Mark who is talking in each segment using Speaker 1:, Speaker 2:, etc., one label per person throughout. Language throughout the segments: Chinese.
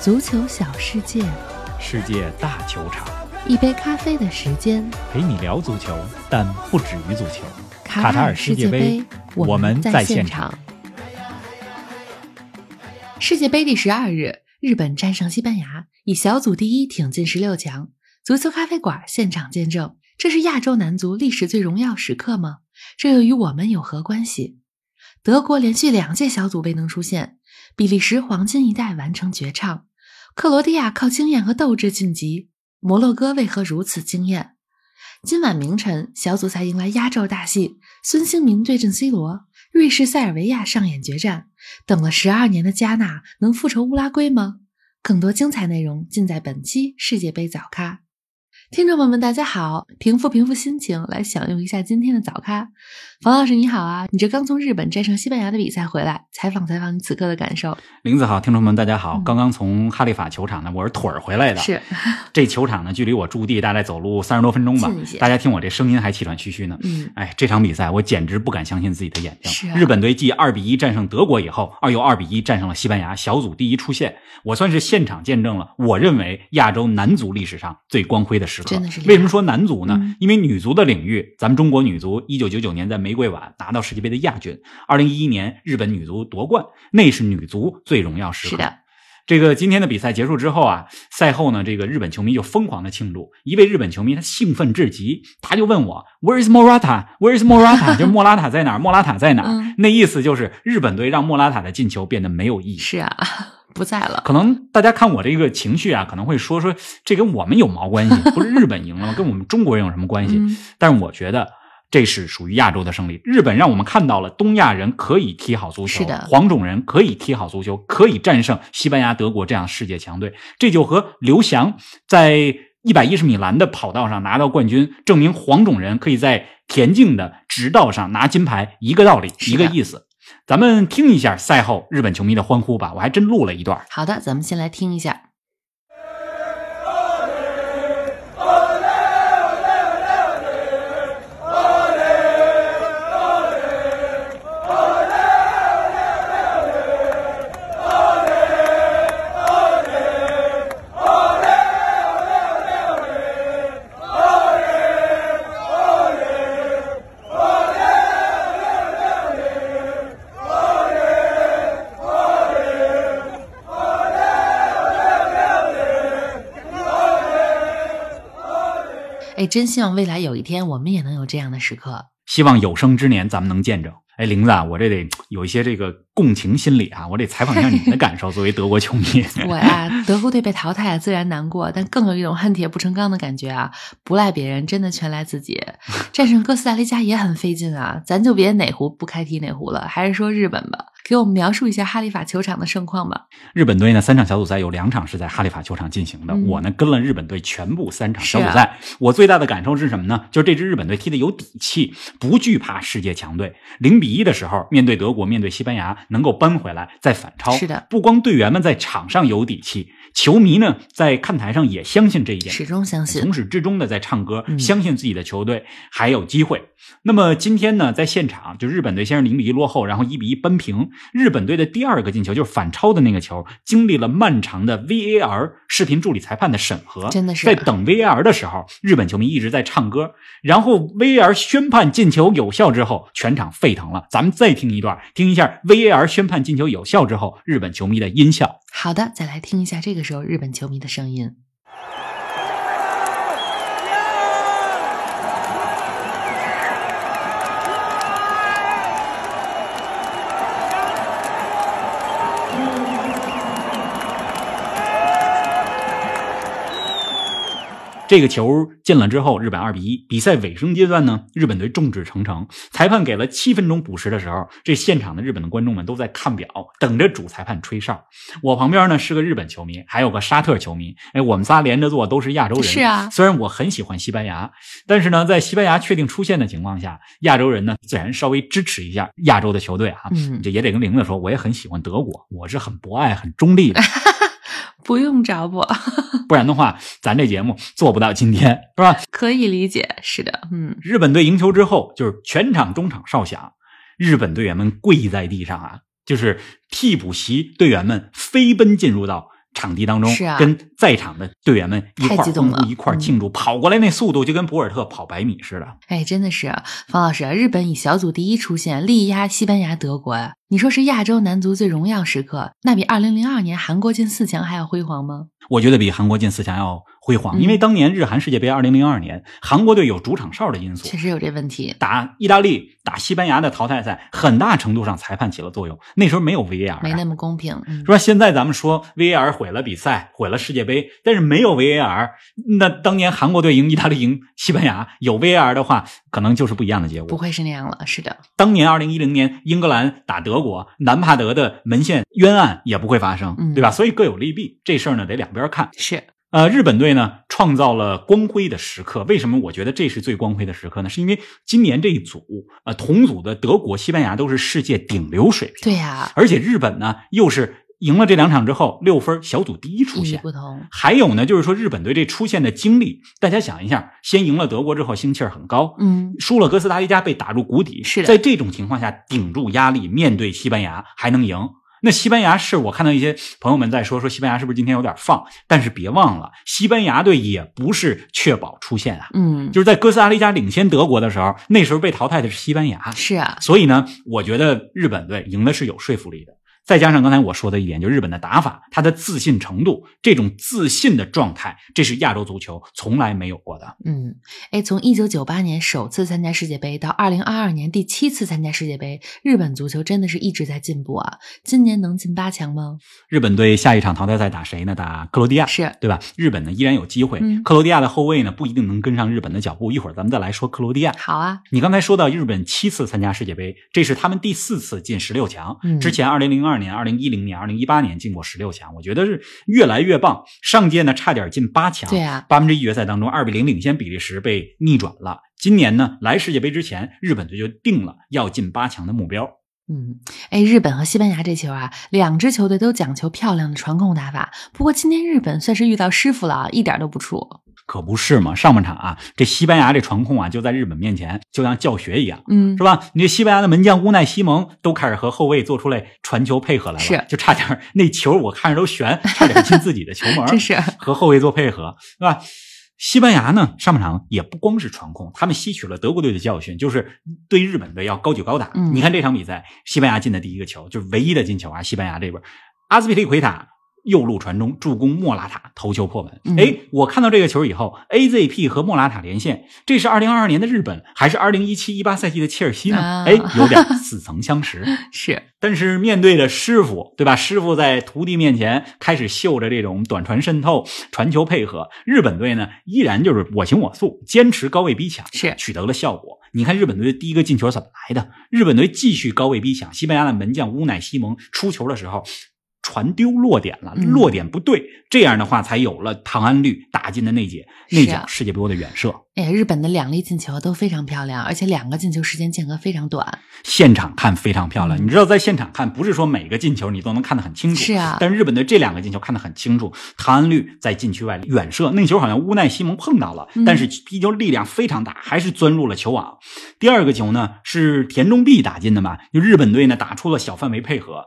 Speaker 1: 足球小世界，
Speaker 2: 世界大球场，
Speaker 1: 一杯咖啡的时间，
Speaker 2: 陪你聊足球，但不止于足球。
Speaker 1: 卡
Speaker 2: 塔
Speaker 1: 塔
Speaker 2: 尔
Speaker 1: 尔
Speaker 2: 世
Speaker 1: 世
Speaker 2: 界
Speaker 1: 界
Speaker 2: 杯
Speaker 1: 杯，
Speaker 2: 我
Speaker 1: 我
Speaker 2: 们
Speaker 1: 们
Speaker 2: 在
Speaker 1: 在
Speaker 2: 现
Speaker 1: 现场。世界杯第十二日，日本战胜西班牙，以小组第一挺进十六强。足球咖啡馆现场见证，这是亚洲男足历史最荣耀时刻吗？这又与我们有何关系？德国连续两届小组未能出线，比利时黄金一代完成绝唱，克罗地亚靠经验和斗志晋级，摩洛哥为何如此惊艳？今晚凌晨，小组赛迎来压轴大戏，孙兴民对阵 C 罗，瑞士、塞尔维亚上演决战。等了十二年的加纳能复仇乌拉圭吗？更多精彩内容尽在本期世界杯早咖。听众朋友们，大家好！平复平复心情，来享用一下今天的早咖。冯老师你好啊，你这刚从日本战胜西班牙的比赛回来，采访采访你此刻的感受。
Speaker 2: 林子好，听众朋友们，大家好！
Speaker 1: 嗯
Speaker 2: 刚刚从哈利法球场呢，我是腿儿回来的。
Speaker 1: 是，
Speaker 2: 这球场呢，距离我驻地大概走路三十多分钟吧
Speaker 1: 近一些。
Speaker 2: 大家听我这声音还气喘吁吁呢。
Speaker 1: 嗯，
Speaker 2: 哎，这场比赛我简直不敢相信自己的眼睛。
Speaker 1: 是啊
Speaker 2: 日本队继二比一战胜德国以后，二又二比一战胜了西班牙，小组第一出线。我算是现场见证了，我认为亚洲男足历史上最光辉的时刻。
Speaker 1: 真的是厉害
Speaker 2: 为什么说男足呢？
Speaker 1: 嗯
Speaker 2: 因为女足的领域，咱们中国女足一九九九年在玫瑰碗拿到世界杯的亚军，二零一一年日本女足夺冠，那是女足最荣耀时刻。
Speaker 1: 是的，
Speaker 2: 这个今天的比赛结束之后啊，赛后呢，这个日本球迷就疯狂的庆祝。一位日本球迷他兴奋至极，他就问我 “Where is Morata？Where is Morata？” 就是莫拉塔在哪儿？莫拉塔在哪儿？
Speaker 1: 嗯
Speaker 2: 那意思就是日本队让莫拉塔的进球变得没有意义。
Speaker 1: 是啊， 不在了。
Speaker 2: 可能大家看我这个情绪啊，可能会说说这跟我们有毛关系？不是日本赢了吗？跟我们中国人有什么关系？
Speaker 1: 嗯，
Speaker 2: 但是我觉得这是属于亚洲的胜利。日本让我们看到了东亚人可以踢好足球，
Speaker 1: 是的
Speaker 2: 黄种人可以踢好足球，可以战胜西班牙、德国这样世界强队。这就和刘翔在一百一十米栏的跑道上拿到冠军，证明黄种人可以在田径的直道上拿金牌一个道理，
Speaker 1: 是
Speaker 2: 一
Speaker 1: 的
Speaker 2: 个意思。咱们听一下赛后日本球迷的欢呼吧，我还真录了一段。
Speaker 1: 好的，咱们先来听一下。哎，真希望未来有一天我们也能有这样的时刻。
Speaker 2: 希望有生之年咱们能见证。哎，玲子啊，我这得有一些这个共情心理啊，我得采访一下你的感受。作为德国球迷，
Speaker 1: 我呀，德国队被淘汰自然难过，但更有一种恨铁不成钢的感觉啊！不赖别人，真的全赖自 己。战胜哥斯达黎加也很费劲啊，咱就别哪壶不开提哪壶了，还是说日本吧。给我们描述一下哈利法球场的盛况吧。
Speaker 2: 日本队呢，三场小组赛有两场是在哈利法球场进行的。
Speaker 1: 嗯
Speaker 2: 我呢跟了日本队全部三场
Speaker 1: 是
Speaker 2: 小
Speaker 1: 啊
Speaker 2: 组赛，我最大的感受是什么呢？就是这支日本队踢得有底气，不惧怕世界强队。零比一的时候，面对德国，面对西班牙，能够扳回来再反超。
Speaker 1: 是的，
Speaker 2: 不光队员们在场上有底气，球迷呢在看台上也相信这一点。
Speaker 1: 始终相信
Speaker 2: 从，始至终的在唱歌，
Speaker 1: 嗯
Speaker 2: 相信自己的球队还有机会。那么今天呢，在现场就日本队先是零比一落后，然后一比一扳平。日本队的第二个进球就是反超的那个球，经历了漫长的 VAR 视频助理裁判的审核，
Speaker 1: 真的是
Speaker 2: 在等 VAR 的时候，日本球迷一直在唱歌。然后 VAR 宣判进球有效之后，全场沸腾了。咱们再听一段，听一下 VAR 宣判进球有效之后，日本球迷的音效。
Speaker 1: 好的，再来听一下这个时候日本球迷的声音。
Speaker 2: 这个球进了之后，日本二比一。比赛尾声阶段呢，日本队众志成城。裁判给了七分钟补时的时候，这现场的日本的观众们都在看表，等着主裁判吹哨。我旁边呢是个日本球迷，还有个沙特球迷。哎，我们仨连着坐都是亚洲人。
Speaker 1: 是啊
Speaker 2: 虽然我很喜欢西班牙，但是呢，在西班牙确定出线的情况下，亚洲人呢自然稍微支持一下亚洲的球队啊。
Speaker 1: 嗯
Speaker 2: 这也得跟玲子说，我也很喜欢德国，我是很博爱、很中 立的。
Speaker 1: 不用找我，
Speaker 2: 不然的话，咱这节目做不到今天，是吧？
Speaker 1: 可以理解。是的，嗯，
Speaker 2: 日本队赢球之后，就是全场中场哨响，日本队员们跪在地上啊，就是替补席队员们飞奔进入到场地当中，
Speaker 1: 是啊
Speaker 2: 跟在场的队员们一块
Speaker 1: 太
Speaker 2: 儿
Speaker 1: 激动
Speaker 2: 欢
Speaker 1: 了
Speaker 2: 呼，一块儿
Speaker 1: 嗯
Speaker 2: 庆祝，跑过来那速度就跟博尔特跑百米似的。
Speaker 1: 哎，真的是方老师啊！日本以小组第一出线，力压西班牙、德国啊！你说是亚洲男足最荣耀时刻，那比2002年韩国进四强还要辉煌吗？
Speaker 2: 我觉得比韩国进四强要辉煌，
Speaker 1: 嗯
Speaker 2: 因为当年日韩世界杯二零零二年，韩国队有主场哨的因素
Speaker 1: 确，实有这问题。
Speaker 2: 打意大利、打西班牙的淘汰赛，很大程度上裁判起了作用。那时候没有 VAR，、啊、
Speaker 1: 没那么公平，嗯
Speaker 2: 是吧？现在咱们说 VAR 毁了比赛，毁了世界杯，但是没有 VAR，那当年韩国队赢意大利、赢西班牙，有 VAR 的话，可能就是不一样的结
Speaker 1: 不
Speaker 2: 果。
Speaker 1: 会是那样了。是的，
Speaker 2: 当年二零一零年英格兰打德国，南帕德的门线冤案也不会发生，
Speaker 1: 嗯
Speaker 2: 对吧？所以各有利弊，这事儿呢得两边看。
Speaker 1: 是
Speaker 2: 呃，日本队呢创造了光辉的时刻。为什么我觉得这是最光辉的时刻呢？是因为今年这一组，呃，同组的德国、西班牙都是世界顶流水平，
Speaker 1: 对呀、
Speaker 2: 而且日本呢又是赢了这两场之后六分小组第一出
Speaker 1: 意义
Speaker 2: 现。
Speaker 1: 不同，
Speaker 2: 还有呢，就是说日本队这出现的经历，大家想一下，先赢了德国之后，心气儿很高，
Speaker 1: 嗯，
Speaker 2: 输了哥斯达黎加被打入谷底，
Speaker 1: 是的
Speaker 2: 在这种情况下顶住压力，面对西班牙还能赢。那西班牙是我看到一些朋友们在说，说西班牙是不是今天有点放？但是别忘了，西班牙队也不是确保出线啊，
Speaker 1: 嗯，
Speaker 2: 就是在哥斯达黎加领先德国的时候，那时候被淘汰的是西班牙。
Speaker 1: 是啊，
Speaker 2: 所以呢，我觉得日本队赢的是有说服力的。再加上刚才我说的一点，就日本的打法，他的自信程度，这种自信的状态，这是亚洲足球从来没有过的。
Speaker 1: 嗯，哎，从一九九八年首次参加世界杯到二零二二年第七次参加世界杯，日本足球真的是一直在进步啊！今年能进八强吗？
Speaker 2: 日本队下一场淘汰赛打谁呢？打克罗地亚，
Speaker 1: 是，
Speaker 2: 对吧？日本呢依然有机会。
Speaker 1: 嗯
Speaker 2: 克罗地亚的后卫呢不一定能跟上日本的脚步。一会儿咱们再来说克罗地亚。
Speaker 1: 好啊，
Speaker 2: 你刚才说到日本七次参加世界杯，这是他们第四次进十六强。
Speaker 1: 嗯
Speaker 2: 之前二零零二年、二零一零年、二零一八年进过十六强，我觉得是越来越棒。上届呢差点进八强，
Speaker 1: 对啊，
Speaker 2: 八分之一决赛当中，二比零领先比利时被逆转了。今年呢，来世界杯之前，日本队就定了要进八强的目标。
Speaker 1: 嗯，哎，日本和西班牙这球啊，两支球队都讲求漂亮的传控打法。不过今天日本算是遇到师傅了啊，一点都不怵。
Speaker 2: 可不是嘛，上半场啊，这西班牙这传控啊，就在日本面前，就像教学一样。
Speaker 1: 嗯
Speaker 2: 是，吧？你这西班牙的门将乌奈西蒙都开始和后卫做出来传球配合来了，
Speaker 1: 是，
Speaker 2: 就差点儿那球我看着都悬，差点进自己的球门
Speaker 1: 真是
Speaker 2: 和后卫做配合，是吧？西班牙呢，上半场也不光是传控，他们吸取了德国队的教训，就是对日本队要高举高打。
Speaker 1: 嗯
Speaker 2: 你看这场比赛，西班牙进的第一个球就是唯一的进球啊！西班牙这边，阿斯皮利奎塔右路传中助攻莫拉塔头球破门
Speaker 1: 嗯。
Speaker 2: 哎、我看到这个球以后，AZP 和莫拉塔连线，这是二零二二年的日本，还是二零一七一八赛季的切尔西
Speaker 1: 啊
Speaker 2: 呢？哎、有点似曾相识。
Speaker 1: 是，
Speaker 2: 但是面对着师傅，对吧？师傅在徒弟面前开始秀着这种短传渗透、传球配合，日本队呢依然就是我行我素，坚持高位逼抢，
Speaker 1: 是
Speaker 2: 取得了效果。你看日本队的第一个进球怎么来的？日本队继续高位逼抢，西班牙的门将乌乃西蒙出球的时候。传丢落点了，
Speaker 1: 嗯
Speaker 2: 落点不对，这样的话才有了唐安绿打进的那节
Speaker 1: 是啊
Speaker 2: 那脚世界波的远射。
Speaker 1: 哎，日本的两粒进球都非常漂亮，而且两个进球时间间隔非常短。
Speaker 2: 现场看非常漂亮。
Speaker 1: 嗯
Speaker 2: 你知道，在现场看不是说每个进球你都能看得很清楚，
Speaker 1: 是啊
Speaker 2: 但日本队这两个进球看得很清楚，唐安绿在禁区外远射，那球好像乌奈西蒙碰到了，
Speaker 1: 嗯
Speaker 2: 但是皮球力量非常大，还是钻入了球网。第二个球呢是田中碧打进的嘛，就日本队呢打出了小范围配合。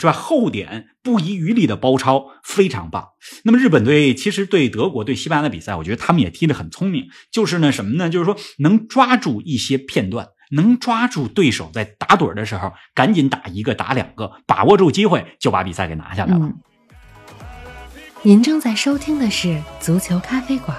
Speaker 2: 是吧？后点不遗余力的包抄，非常棒。那么日本队其实对德国、对西班牙的比赛，我觉得他们也踢得很聪明。就是呢，什么呢？就是说能抓住一些片段，能抓住对手在打盹儿的时候，赶紧打一个、打两个，把握住机会就把比赛给拿下来了。
Speaker 1: 嗯，您正在收听的是《足球咖啡馆》，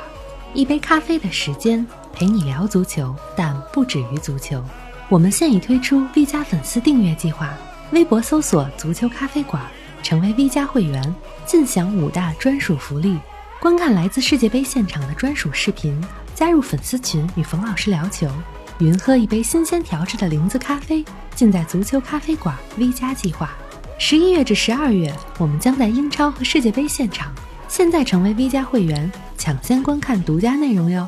Speaker 1: 一杯咖啡的时间陪你聊足球，但不止于足球。我们现已推出 V 加粉丝订阅计划，微博搜索“足球咖啡馆”，成为 V 加会员，尽享五大专属福利，观看来自世界杯现场的专属视频，加入粉丝群与冯老师聊球，云喝一杯新鲜调制的零子咖啡，尽在足球咖啡馆 V 加计划。十一月至十二月，我们将在英超和世界杯现场。现在成为 V 加会员，抢先观看独家内容哟。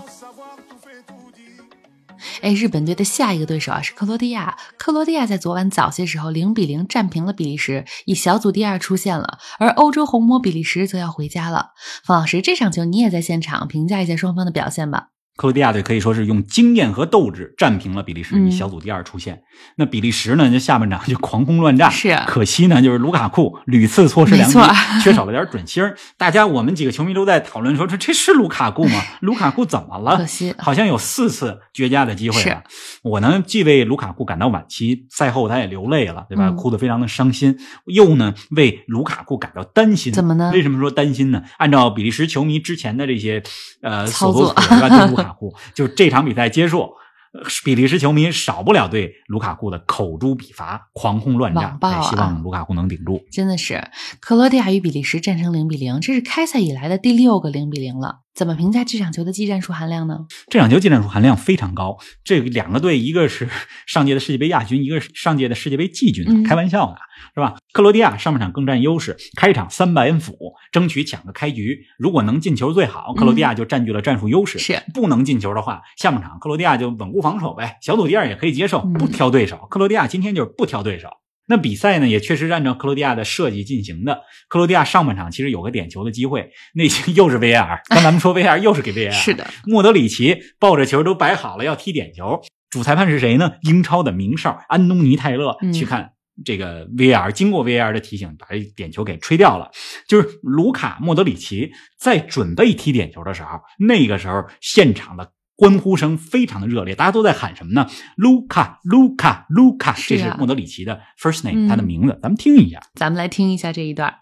Speaker 1: 哎，日本队的下一个对手啊是克罗地亚。克罗地亚在昨晚早些时候零比零战平了比利时，以小组第二出线了。而欧洲红魔比利时则要回家了。方老师，这场球你也在现场，评价一下双方的表现吧。
Speaker 2: 克罗地亚队可以说是用经验和斗志战平了比利时，
Speaker 1: 嗯
Speaker 2: 以小组第二出线。那比利时呢，就下半场就狂轰乱炸，
Speaker 1: 是啊
Speaker 2: 可惜呢，就是卢卡库屡次错失良机
Speaker 1: 没错，
Speaker 2: 缺少了点准星儿。大家我们几个球迷都在讨论说，这这是卢卡库 吗？卢卡库怎么了
Speaker 1: 可？惜，
Speaker 2: 好像有四次绝佳的机会吧。我呢既为卢卡库感到惋惜，赛后他也流泪了，对吧？
Speaker 1: 嗯
Speaker 2: 哭得非常的伤心，又呢为卢卡库感到担心。
Speaker 1: 怎么呢
Speaker 2: 为什么说担心呢？按照比利时球迷之前的这些呃
Speaker 1: 操
Speaker 2: 所
Speaker 1: 作
Speaker 2: 作所为吧，对卢卡库，就这场比赛结束。呃比利时球迷少不了对卢卡库的口诛笔伐、狂轰乱炸
Speaker 1: 网，暴啊
Speaker 2: 哎希望卢卡库能顶住。
Speaker 1: 真的是克罗地亚与比利时战成零比零，这是开赛以来的第六个零比零了。怎么评价这场球的技战术含量呢？
Speaker 2: 这场球技战术含量非常高。这两个队，一个是 上届的世界杯亚军，一个是上届的世界杯季军，啊
Speaker 1: 嗯
Speaker 2: 开玩笑呢，是吧？克罗地亚上半场更占优势，开场三板斧，争取抢个开局。如果能进球最好，克罗地亚就占据了战术优势。
Speaker 1: 嗯是
Speaker 2: 不能进球的话，下半场克罗地亚就稳固防守呗，小组第二也可以接受，
Speaker 1: 嗯
Speaker 2: 不挑对手。克罗地亚今天就是不挑对手。那比赛呢，也确实是按照克罗地亚的设计进行的。克罗地亚上半场其实有个点球的机会，那 又是 VAR，刚咱们说 VAR 又是给 VAR，
Speaker 1: 的，
Speaker 2: 莫德里奇抱着球都摆好了要踢点球，主裁判是谁呢？英超的名哨安东尼泰勒、
Speaker 1: 嗯
Speaker 2: 去看。这个 VAR 经过 VAR 的提醒，把这点球给吹掉了。就是卢卡莫德里奇在准备踢点球的时候，那个时候现场的欢呼声非常的热烈，大家都在喊什么呢？卢卡，卢卡，卢卡，
Speaker 1: 是
Speaker 2: 这
Speaker 1: 啊
Speaker 2: 是莫德里奇的 first
Speaker 1: 嗯
Speaker 2: name，他的名字，咱们听一下。
Speaker 1: 咱们来听一下这一段儿。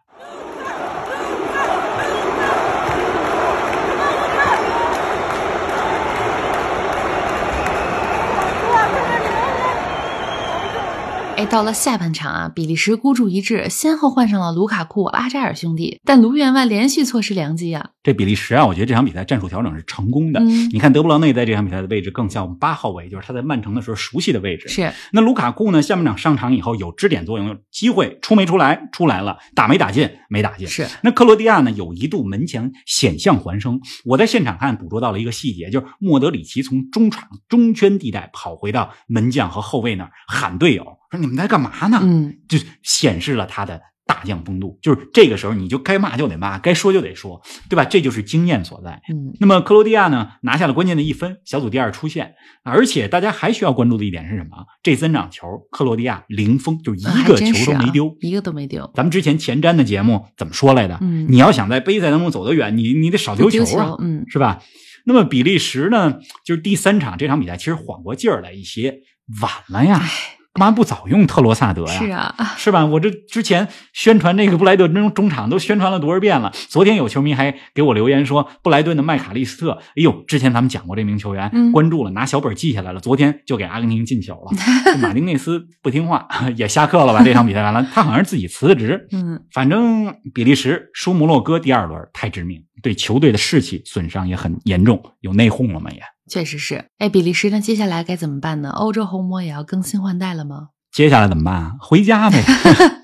Speaker 1: 哎，到了下半场啊，比利时孤注一掷，先后换上了卢卡库、阿扎尔兄弟，但卢员外连续错失良机啊。
Speaker 2: 这比利时啊，我觉得这场比赛战术调整是成功的。
Speaker 1: 嗯，
Speaker 2: 你看德布劳内在这场比赛的位置更像我们八号位，就是他在曼城的时候熟悉的位置。
Speaker 1: 是
Speaker 2: 那卢卡库呢？下半场上场以后有支点作用，有机会出没出来？出来了，打没打进？没打进。
Speaker 1: 是，
Speaker 2: 那克罗地亚呢？有一度门前险象环生。我在现场看捕捉到了一个细节，就是莫德里奇从中场中圈地带跑回到门将和后卫那儿喊队友说：“你们在干嘛呢？”
Speaker 1: 嗯，
Speaker 2: 就显示了他的大将风度。就是这个时候，你就该骂就得骂，该说就得说，对吧？这就是经验所在。
Speaker 1: 嗯，
Speaker 2: 那么克罗地亚呢，拿下了关键的一分，小组第二出线。而且大家还需要关注的一点是什么？这三场球，克罗地亚零封，就一
Speaker 1: 啊还
Speaker 2: 个
Speaker 1: 真是
Speaker 2: 球都没
Speaker 1: 啊
Speaker 2: 丢。
Speaker 1: 一个都没丢。
Speaker 2: 咱们之前前瞻的节目怎么说来的？
Speaker 1: 嗯
Speaker 2: 你要想在杯赛当中走得远，你你得少丢球
Speaker 1: 丢
Speaker 2: 啊，
Speaker 1: 球，嗯，
Speaker 2: 是吧？那么比利时呢，就是第三场这场比赛其实缓过劲儿来一些，晚了呀，干嘛不早用特罗萨德呀？
Speaker 1: 是啊，
Speaker 2: 是吧？我这之前宣传那个布莱顿中中场都宣传了多少遍了？昨天有球迷还给我留言说，布莱顿的麦卡利斯特，哎呦，之前咱们讲过这名球员，
Speaker 1: 嗯
Speaker 2: 关注了，拿小本记下来了，昨天就给阿根廷进球了。这马丁内斯不听话，也下课了吧？这场比赛完了，他好像是自己辞职。
Speaker 1: 嗯，
Speaker 2: 反正比利时输摩洛哥第二轮太致命，对球队的士气损伤也很严重，有内讧了嘛也。
Speaker 1: 确实是。哎，比利时那接下来该怎么办呢？欧洲红魔也要更新换代了吗？
Speaker 2: 接下来怎么办啊？回家 呗。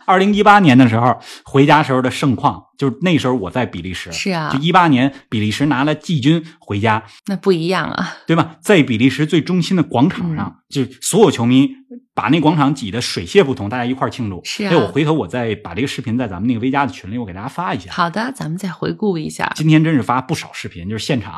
Speaker 2: 二零一八年的时候，回家时候的盛况，就是那时候我在比利时，
Speaker 1: 是啊
Speaker 2: 就一八年比利时拿了季军回家，
Speaker 1: 那不一样啊，
Speaker 2: 对吧？在比利时最中心的广场
Speaker 1: 嗯
Speaker 2: 上，就所有球迷把那广场挤得水泄不通，大家一块儿庆祝。
Speaker 1: 是啊
Speaker 2: 哎，我回头我再把这个视频在咱们那个微家的群里，我给大家发一下。
Speaker 1: 好的，咱们再回顾一下。
Speaker 2: 今天真是发不少视频，就是现场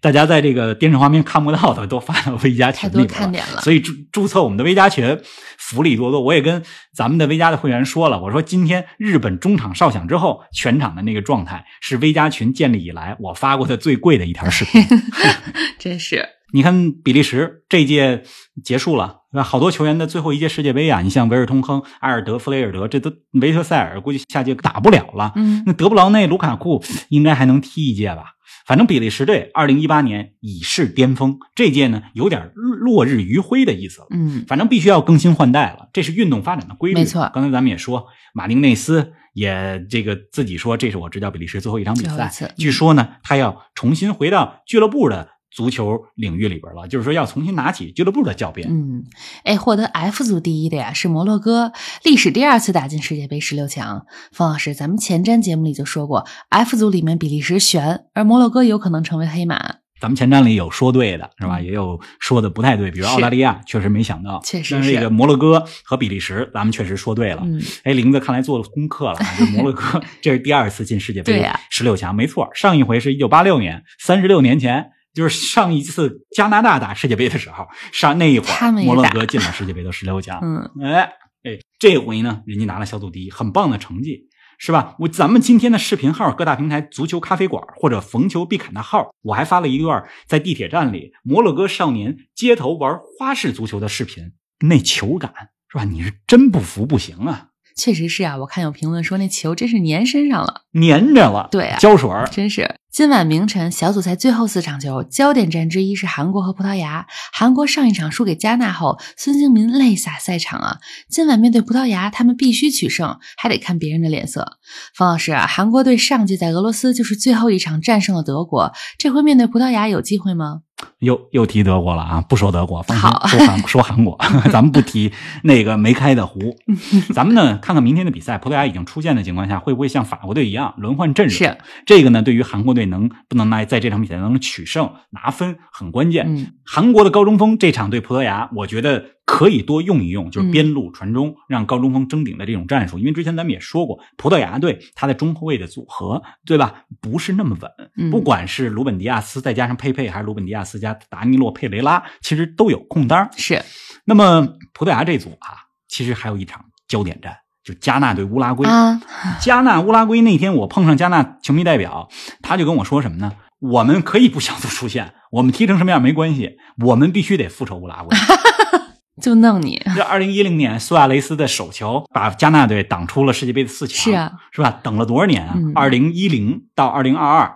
Speaker 2: 大家在这个电视画面看不到的都发到微家
Speaker 1: 太
Speaker 2: 群
Speaker 1: 多
Speaker 2: 里边了。
Speaker 1: 看点了，
Speaker 2: 所以注注册我们的微加群，福利多多。我也跟咱们的微加的会员说了，我说今天日本中场哨响之后，全场的那个状态是微加群建立以来我发过的最贵的一条视频。
Speaker 1: 真是
Speaker 2: 你看比利时这一届结束了，对吧？好多球员的最后一届世界杯啊，你像维尔通亨、埃尔德、弗雷尔德，这都维特塞尔估计下届打不了了。
Speaker 1: 嗯，
Speaker 2: 那德布劳内、卢卡库应该还能踢一届吧？反正比利时队二零一八年已是巅峰，这届呢有点落日余晖的意思了。
Speaker 1: 嗯，
Speaker 2: 反正必须要更新换代了，这是运动发展的规律。
Speaker 1: 没错
Speaker 2: 刚才咱们也说，马丁内斯也这个自己说，这是我执教比利时最后一场比
Speaker 1: 最后一
Speaker 2: 赛
Speaker 1: 次嗯。
Speaker 2: 据说呢，他要重新回到俱乐部的足球领域里边了，就是说要重新拿起俱乐部的教鞭。
Speaker 1: 嗯，哎，获得 F 组第一的呀是摩洛哥，历史第二次打进世界杯十六强。方老师，咱们前瞻节目里就说过，F 组里面比利时悬，而摩洛哥有可能成为黑马。
Speaker 2: 咱们前瞻里有说对的，是吧？
Speaker 1: 嗯
Speaker 2: 也有说的不太对，比如澳大利亚确实没想到，
Speaker 1: 确实
Speaker 2: 但
Speaker 1: 是
Speaker 2: 这个摩洛哥和比利时，咱们确实说对了。
Speaker 1: 嗯，
Speaker 2: 哎，玲子看来做了功课了啊，这摩洛 哥这是第二次进世界
Speaker 1: 对
Speaker 2: 杯
Speaker 1: 呀
Speaker 2: 十六强，没错，上一回是一九八六年，三十六年前。就是上一次加拿大打世界杯的时候，上那一会
Speaker 1: 他
Speaker 2: 儿
Speaker 1: 们也
Speaker 2: 摩洛
Speaker 1: 打
Speaker 2: 哥进了世界杯的十六强，
Speaker 1: 嗯，
Speaker 2: 哎哎，这回呢，人家拿了小组第一，很棒的成绩，是吧？我咱们今天的视频号各大平台足球咖啡馆或者逢球必砍的号，我还发了一段在地铁站里摩洛哥少年街头玩花式足球的视频，那球感是吧？你是真不服不行啊，
Speaker 1: 确实是啊。我看有评论说那球真是粘身上了，
Speaker 2: 粘着了，
Speaker 1: 对啊
Speaker 2: 胶水儿，
Speaker 1: 真是。今晚凌晨小组赛最后四场球，焦点战之一是韩国和葡萄牙。韩国上一场输给加纳后，孙兴民泪洒赛场啊！今晚面对葡萄牙，他们必须取胜，还得看别人的脸色。冯老师啊，韩国队上届在俄罗斯就是最后一场战胜了德国，这回面对葡萄牙有机会吗？
Speaker 2: 又又提德国了啊！不说德国，放心
Speaker 1: 好，
Speaker 2: 说韩 说韩国，咱们不提那个没开 的湖。咱们呢，看看明天的比赛，葡萄牙已经出现的情况下，会不会像法国队一样轮换阵容？
Speaker 1: 是，
Speaker 2: 这个呢，对于韩国队能不能来在这场比赛当中取胜拿分很关键。
Speaker 1: 嗯，
Speaker 2: 韩国的高中锋这场对葡萄牙，我觉得可以多用一用，
Speaker 1: 嗯
Speaker 2: 就是边路传中，让高中锋争顶的这种战术。因为之前咱们也说过，葡萄牙队他的中后卫的组合，对吧，不是那么稳。
Speaker 1: 嗯
Speaker 2: 不管是鲁本迪亚斯再加上佩佩，还是鲁本迪亚斯加达尼洛佩雷拉，其实都有空当。
Speaker 1: 是
Speaker 2: 那么葡萄牙这组啊，其实还有一场焦点战，就加纳对乌拉圭。
Speaker 1: 啊，
Speaker 2: 加纳乌拉圭那天我碰上加纳球迷代表，他就跟我说什么呢？我们可以不小组出线，我们踢成什么样没关系，我们必须得复仇乌拉圭。
Speaker 1: 就弄你
Speaker 2: 这二零一零年苏亚雷斯的手球把加纳队挡出了世界杯的四强，
Speaker 1: 是啊，
Speaker 2: 是吧？等了多少年啊
Speaker 1: 嗯？
Speaker 2: 二零一零到二零二二，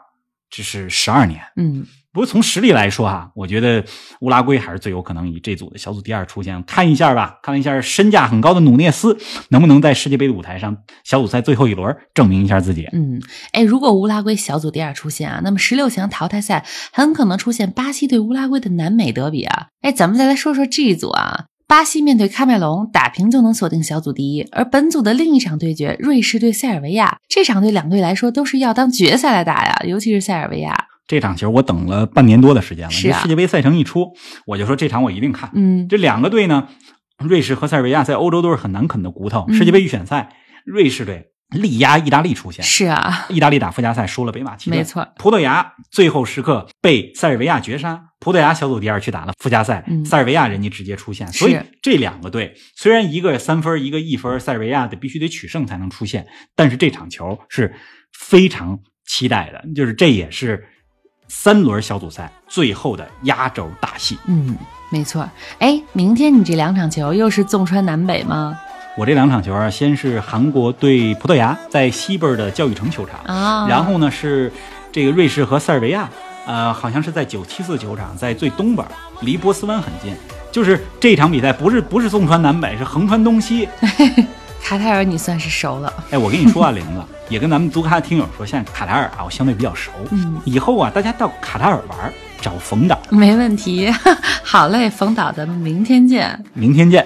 Speaker 2: 这是十二年。
Speaker 1: 嗯，
Speaker 2: 不过从实力来说啊，我觉得乌拉圭还是最有可能以这组的小组第二出现。看一下吧，看一下身价很高的努涅斯能不能在世界杯的舞台上小组赛最后一轮证明一下自己。
Speaker 1: 嗯，哎，如果乌拉圭小组第二出现啊，那么十六强淘汰赛很可能出现巴西对乌拉圭的南美德比啊。哎，咱们再来说说这一组啊，巴西面对喀麦隆打平就能锁定小组第一，而本组的另一场对决，瑞士对塞尔维亚，这场对两队来说都是要当决赛来打呀，尤其是塞尔维亚，
Speaker 2: 这场球我等了半年多的时间了，
Speaker 1: 是啊
Speaker 2: 因为世界杯赛程一出，我就说这场我一定看。
Speaker 1: 嗯，
Speaker 2: 这两个队呢，瑞士和塞尔维亚在欧洲都是很难啃的骨头。
Speaker 1: 嗯
Speaker 2: 世界杯预选赛，瑞士队力压意大利出线，
Speaker 1: 是啊，
Speaker 2: 意大利打附加赛输了北马其顿，
Speaker 1: 没错。
Speaker 2: 葡萄牙最后时刻被塞尔维亚绝杀，葡萄牙小组第二去打了附加赛，
Speaker 1: 嗯
Speaker 2: 塞尔维亚人家直接出线，所以这两个队虽然一个三分一个一分，塞尔维亚得必须得取胜才能出线，但是这场球是非常期待的，就是这也是三轮小组赛最后的压轴大戏。
Speaker 1: 嗯，没错。哎，明天你这两场球又是纵穿南北吗？
Speaker 2: 我这两场球啊，先是韩国对葡萄牙，在西边的教育城球场，
Speaker 1: 啊，
Speaker 2: 然后呢是这个瑞士和塞尔维亚，呃，好像是在九七四球场，在最东边，离波斯湾很近。就是这场比赛不是不是纵穿南北，是横穿东西。
Speaker 1: 卡塔尔你算是熟了，
Speaker 2: 哎，我跟你说啊，玲子，也跟咱们足咖听友说，现在卡塔尔啊，我相对比较熟。
Speaker 1: 嗯。
Speaker 2: 以后啊，大家到卡塔尔玩，找冯导，
Speaker 1: 没问题，好嘞，冯导，咱们明天见。
Speaker 2: 明天见。